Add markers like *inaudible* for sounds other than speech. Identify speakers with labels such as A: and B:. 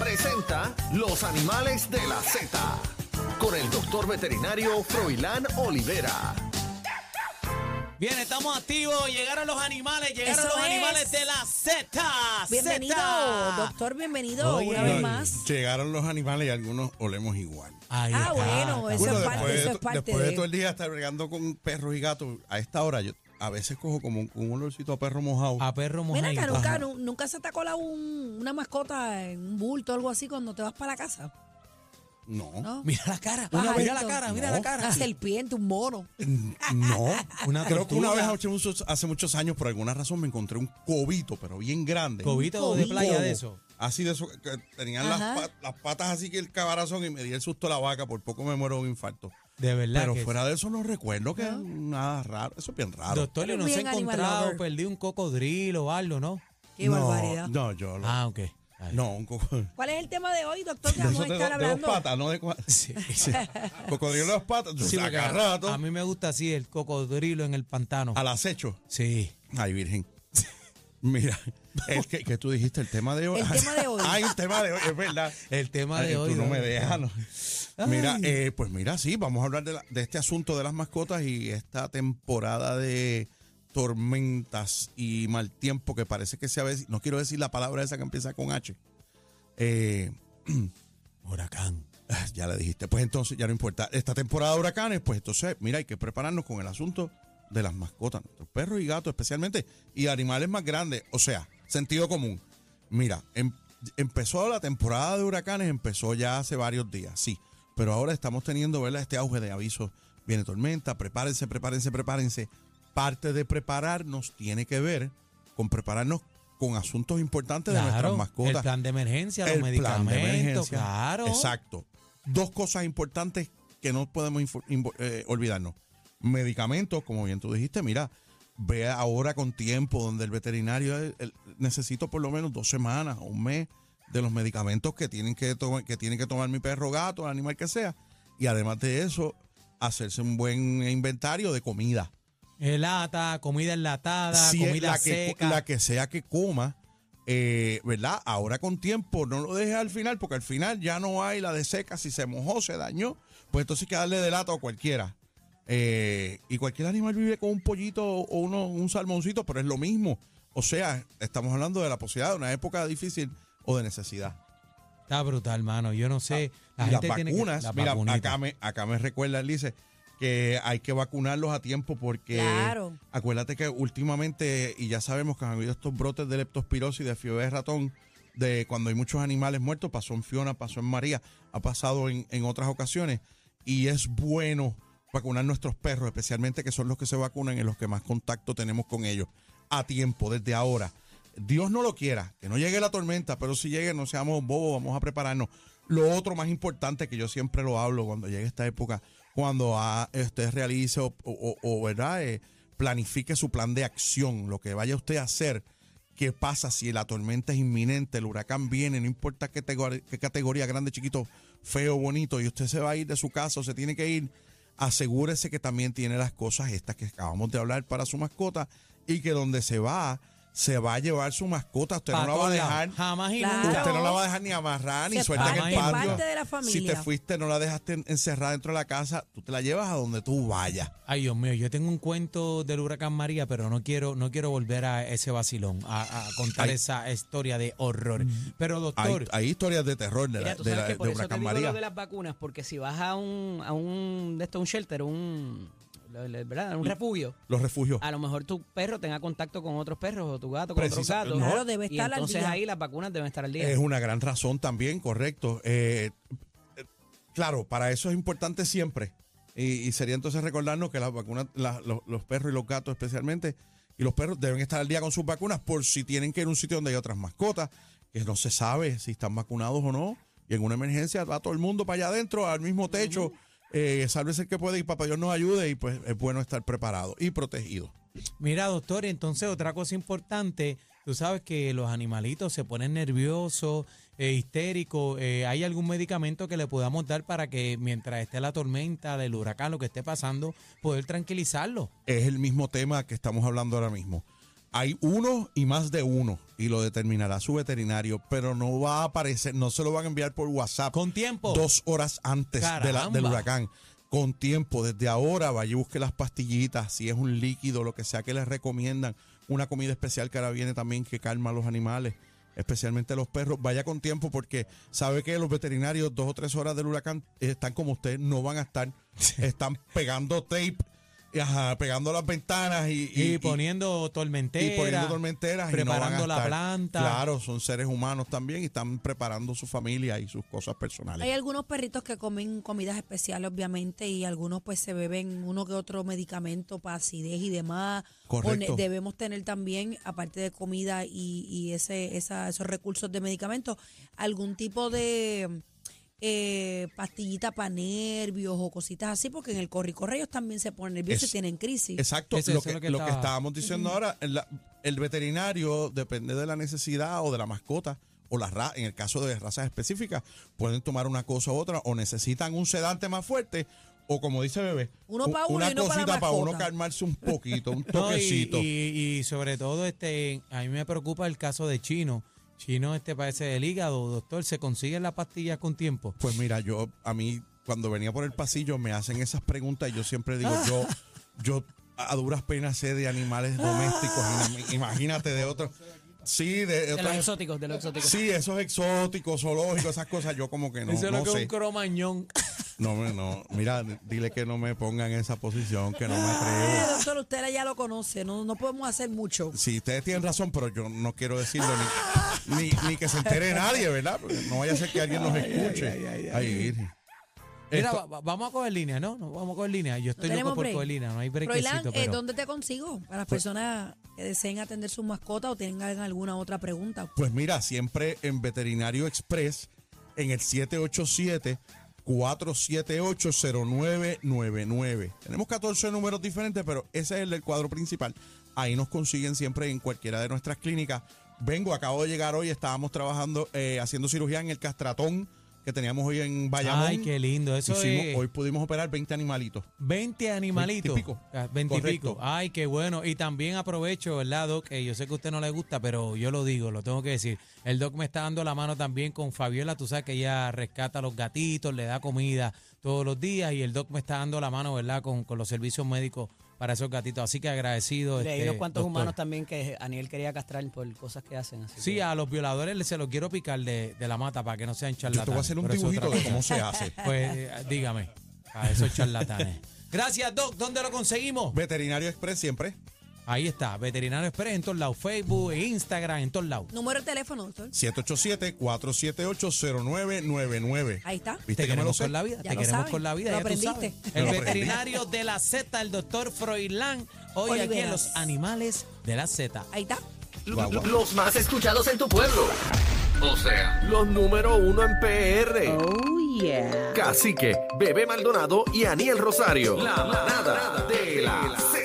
A: presenta Los Animales de la Z con el doctor veterinario Froilán Olivera.
B: Bien, estamos activos. Llegaron los animales, llegaron
C: Eso
B: los
C: es.
B: animales de la Z.
C: Bienvenido,
B: Zeta.
C: doctor, bienvenido
B: Oye.
C: una vez más.
D: Llegaron los animales y algunos olemos igual.
B: Ahí
C: Ah,
B: está.
C: bueno, eso
D: Bueno,
C: es
D: después,
C: parte,
D: de,
C: eso es
D: to-
C: parte
D: después de
C: de-
D: todo el día estar bregando con perros y gatos, a esta hora yo a veces cojo como un, un olorcito a perro mojado.
B: A perro
C: Ven
B: mojadito.
C: acá, nunca,
B: Ajá.
C: nu- nunca se te ha colado un- una mascota en un bulto o algo así cuando te vas para la casa.
D: No, *laughs* no,
C: ¿no?
B: Mira la cara.
C: Pajarito.
B: mira la cara, mira la
D: No.
B: cara.
C: Una serpiente, un mono.
B: Una
D: creo que una vez
B: tortuga.
D: hace muchos, hace muchos años por alguna razón me encontré un cobito, pero bien grande.
B: Cobito
D: Un
B: de
D: cobo,
B: playa de eso.
D: Así de eso, que- que tenían las,
C: Ajá.
D: pa- las patas así que el cabarazón y me di el susto a la vaca, por poco me muero de un infarto.
B: De verdad.
D: Pero
B: que-
D: fuera de eso no recuerdo que nada raro, eso es bien raro.
B: Doctor, yo no
C: Eres
B: se ha
C: bien animal
B: encontrado.
C: lover.
B: Perdí un cocodrilo o algo, ¿no?
C: Qué
D: no,
C: barbaridad.
D: No, yo lo-
B: Ah, ok.
D: no, un coco.
C: ¿Cuál es el tema de
B: *laughs*
C: hoy, doctor? Que
D: De
C: vamos a
D: esos de
C: estar
D: do- de
C: hablando.
D: dos patas, no de cuatro. *laughs*
B: Sí, sí.
D: Cocodrilo de dos patas,
B: Sí, porque
D: saca
B: a,
D: rato,
B: a mí me gusta así el cocodrilo en el pantano.
D: al acecho.
B: Sí.
D: Ay, virgen. *laughs* Mira, es que, que tú dijiste el tema de hoy.
C: El tema de hoy.
D: *laughs* Ay, el tema de hoy, es verdad.
B: El tema
D: Ay,
B: de hoy.
D: Tú no
B: ¿no?
D: me dejas. no.
B: Ay.
D: Mira, eh, pues mira, sí, vamos a hablar de, la- de este asunto de las mascotas y esta temporada de tormentas y mal tiempo que parece que se avecina. No quiero decir la palabra esa que empieza con H. Eh,
B: Huracán.
D: Ah, Ya le dijiste. Pues entonces ya no importa. Esta temporada de huracanes, pues entonces, mira, hay que prepararnos con el asunto de las mascotas, nuestros perros y gatos especialmente, y animales más grandes. O sea, sentido común. Mira, em- empezó la temporada de huracanes, empezó ya hace varios días, sí. Pero ahora estamos teniendo, ¿verdad? Este auge de avisos. Viene tormenta, prepárense, prepárense, prepárense. Parte de prepararnos tiene que ver con prepararnos con asuntos importantes de nuestras mascotas
B: El plan de emergencia, los
D: el plan
B: medicamentos,
D: de emergencia.
B: claro.
D: Exacto. Dos cosas importantes que no podemos info- invo- eh, olvidarnos. Medicamentos, como bien tú dijiste, mira, ve ahora con tiempo donde el veterinario eh, el- necesito por lo menos dos semanas o un mes de los medicamentos que tienen que, to- que tienen que tomar mi perro, gato, el animal que sea. Y además de eso, hacerse un buen inventario de comida.
B: Eh, Lata, comida enlatada,
D: Si es
B: comida
D: la que,
B: seca.
D: la que sea que coma, eh, ¿verdad? Ahora con tiempo, no lo dejes al final, porque al final ya no hay la de seca, si se mojó, se dañó, pues entonces hay que darle de lata a cualquiera. Eh, y cualquier animal vive con un pollito o uno- un salmoncito, pero es lo mismo. O sea, estamos hablando de la posibilidad de una época difícil o de necesidad.
B: Está brutal, mano. Yo no sé. La
D: Ah, Y
B: gente
D: las
B: tiene
D: vacunas,
B: que, las
D: mira,
B: vacunitas.
D: acá me, acá me recuerda, él dice, que hay que vacunarlos a tiempo porque
C: Claro.
D: acuérdate que últimamente, y ya sabemos que han habido estos brotes de leptospirosis, de fiebre de ratón, de cuando hay muchos animales muertos, pasó en Fiona, pasó en María, ha pasado en, en otras ocasiones, y es bueno vacunar nuestros perros, especialmente que son los que se vacunan y los que más contacto tenemos con ellos, a tiempo, desde ahora. Dios no lo quiera, que no llegue la tormenta, pero si llegue no seamos bobos, vamos a prepararnos. Lo otro más importante que yo siempre lo hablo cuando llegue esta época, cuando ah, usted realice o, o- o, ¿verdad? Eh, planifique su plan de acción, lo que vaya usted a hacer, qué pasa si la tormenta es inminente, el huracán viene, no importa qué, tegor- qué categoría, grande, chiquito, feo, bonito, y usted se va a ir de su casa o se tiene que ir, asegúrese que también tiene las cosas estas que acabamos de hablar para su mascota y que donde se va, se va a llevar su mascota, usted
B: Pa'
D: no la va a
B: todos lados.
D: dejar.
B: Jamás y
C: Claro.
B: nunca.
D: Usted no la va a dejar ni amarrar, ni
C: Se
D: suelta en
B: parte-
D: el patio.
C: parte de la familia.
D: Si te fuiste, no la dejaste en- encerrada dentro de la casa, tú te la llevas a donde tú vayas.
B: Ay, Dios mío, yo tengo un cuento del huracán María, pero no quiero, no quiero volver a ese vacilón, a, a contar
D: Ay. Mm.
B: esa historia de horror. Pero,
D: Hay,
B: doctor,
D: hay historias de terror de, la-
E: Mira, tú
D: de
E: sabes
D: la-
E: que
D: de
E: por eso te
D: Huracán
E: digo
D: María.
E: lo de las vacunas, porque si vas a un, a un, de esto, un shelter, un, lo- lo- ¿verdad? un refugio,
D: Los refugios.
E: a lo mejor tu perro tenga contacto con otros perros o tu gato con otros
D: Precisa-
E: gatos.
D: no.
C: Claro, debe
E: y
C: estar al
E: entonces
C: día.
E: ahí las vacunas deben estar al día.
D: Es una gran razón también, correcto. Eh, eh, claro, para eso es importante siempre. Y, y sería entonces recordarnos que las vacunas, la- los, los perros y los gatos especialmente, y los perros deben estar al día con sus vacunas por si tienen que ir a un sitio donde hay otras mascotas, que no se sabe si están vacunados o no. Y en una emergencia va todo el mundo para allá adentro, al mismo techo. eh, sálvese el que puede y papá Dios nos ayude. Y pues es bueno estar preparado y protegido.
B: mira, doctor, entonces otra cosa importante, tú sabes que los animalitos se ponen nerviosos, eh, histéricos. eh, ¿Hay algún medicamento que le podamos dar para que mientras esté la tormenta, del huracán, lo que esté pasando, poder tranquilizarlo?
D: es el mismo tema que estamos hablando ahora mismo. Hay uno y más de uno y lo determinará su veterinario, pero no va a aparecer, no se lo van a enviar por WhatsApp
B: Con tiempo.
D: dos horas antes de la- del
B: Caramba.
D: huracán. Con tiempo, desde ahora, vaya y busque las pastillitas, si es un líquido, lo que sea que les recomiendan, una comida especial que ahora viene también que calma a los animales, especialmente a los perros. Vaya con tiempo porque sabe que los veterinarios dos o tres horas del huracán eh, están como usted, no van a estar, están pegando tape, y, ajá, pegando las ventanas y,
B: Y, poniendo tormentera.
D: y poniendo tormenteras y no van a
B: Preparando la
D: estar.
B: planta.
D: Claro, son seres humanos también y están preparando su familia y sus cosas personales.
C: Hay algunos perritos que comen comidas especiales, obviamente, y algunos pues se beben uno que otro medicamento para acidez y demás.
D: Correcto.
C: O ne- debemos tener también, aparte de comida y, y ese, esa- esos recursos de medicamentos, algún tipo de eh, pastillita para nervios o cositas así, porque en el corre-corre ellos también se ponen nerviosos
D: Es-
C: y tienen crisis.
D: Exacto,
B: Eso-
D: lo,
B: eso
D: que,
B: es lo que
D: lo que
B: estaba-
D: estábamos diciendo ahora, la- el veterinario depende de la necesidad o de la mascota o la ra- en el caso de razas específicas pueden tomar una cosa u otra o necesitan un sedante más fuerte o como dice bebé,
C: Uno
D: u-
C: pa' uno
D: una
C: y uno pa' la
D: cosita para uno
C: mascota. *laughs*
D: calmarse un poquito, un
B: No, y,
D: toquecito.
B: y- y sobre todo, este, a mí me preocupa el caso de Chino. Chino, este parece del hígado, doctor. ¿Se consiguen las pastillas con tiempo?
D: Pues mira, yo a mí cuando venía por el pasillo me hacen esas preguntas y yo
C: *laughs*
D: siempre digo, yo, yo a duras penas sé de animales domésticos,
C: *laughs*
D: im- imagínate de otros. Sí, de,
E: De los
D: otras-
E: exóticos, de los exóticos.
D: Sí, esos exóticos, zoológicos, esas cosas, yo como que no,
B: Eso es
D: no
B: lo que es
D: sé.
B: un cromañón.
D: No, me- no, mira, dile que no me ponga en esa posición, que no me
C: Eh,
D: atrevo.
C: doctor, usted ya lo conoce, no, no podemos hacer mucho.
D: Sí, ustedes tienen razón, pero yo no quiero decirlo ni, ni, ni que se entere nadie, ¿verdad? Porque no vaya a ser que alguien nos escuche. Ay, Virgen.
B: *laughs* Mira,
D: Esto-
B: va- va- vamos a coger línea, ¿no? No, Vamos a coger línea. Yo estoy loco
C: tenemos
B: por
C: break.
B: coger línea, no hay
C: Froilán,
B: brequecito,
C: eh,
B: pero... Pues
C: ¿dónde te consigo? Para las personas que deseen atender sus mascotas o tengan alguna otra pregunta.
D: Pues mira, siempre en Veterinario Express, en el 787-478-0999. Tenemos 14 números diferentes, pero ese es el del cuadro principal. Ahí nos consiguen siempre en cualquiera de nuestras clínicas. Vengo, acabo de llegar hoy, estábamos trabajando, eh, haciendo cirugía en el castratón que teníamos hoy en Bayamón.
B: Ay, qué lindo. Eso
D: Hicimos-
B: es
D: Hoy pudimos operar 20 animalitos.
B: 20 animalitos.
D: 20 y pico.
B: Ah, 20 y
D: Correcto.
B: pico. Ay, qué bueno. Y también aprovecho, ¿verdad, Doc? Que yo sé que a usted no le gusta, pero yo lo digo, lo tengo que decir. El Doc me está dando la mano también con Fabiola. Tú sabes que ella rescata a los gatitos, le da comida todos los días. Y el Doc me está dando la mano, ¿verdad? Con, con los servicios médicos para esos gatitos. Así que agradecido.
E: Leí
B: este,
E: unos cuantos
B: doctor.
E: humanos también que Aniel quería castrar por cosas que hacen. Así
B: Sí,
E: que-
B: a los violadores les- se los quiero picar de, de la mata para que no sean
D: Yo
B: charlatanes.
D: te voy a hacer un
B: pero eso es
D: dibujito
B: otra
D: de
B: cosa.
D: cómo se
B: *laughs*
D: hace.
B: Pues eh, dígame, a esos charlatanes.
D: *laughs*
B: Gracias, Doc. ¿Dónde lo conseguimos?
D: Veterinario Express siempre.
B: Ahí está, Veterinario Express en todos lados, Facebook, Instagram, en todos lados.
C: Número de teléfono, doctor.
D: 787-478-0999.
C: Ahí está.
D: ¿Viste
B: te
D: que me lo
B: queremos
D: sé?
B: con la vida,
C: Ya
B: te
C: lo
B: queremos
C: saben,
B: con la vida,
C: lo
B: ya tú sabes.
C: aprendiste.
B: El
D: Lo aprendí.
B: veterinario de la Z, el doctor Froilán, hoy aquí en
C: Oliveras.
B: Los Animales de la Z.
C: Ahí está.
D: Guau, guau.
A: Los más escuchados en tu pueblo. O sea, los número uno en PR. Cacique, Bebé Maldonado y Aniel Rosario. La manada de la Z.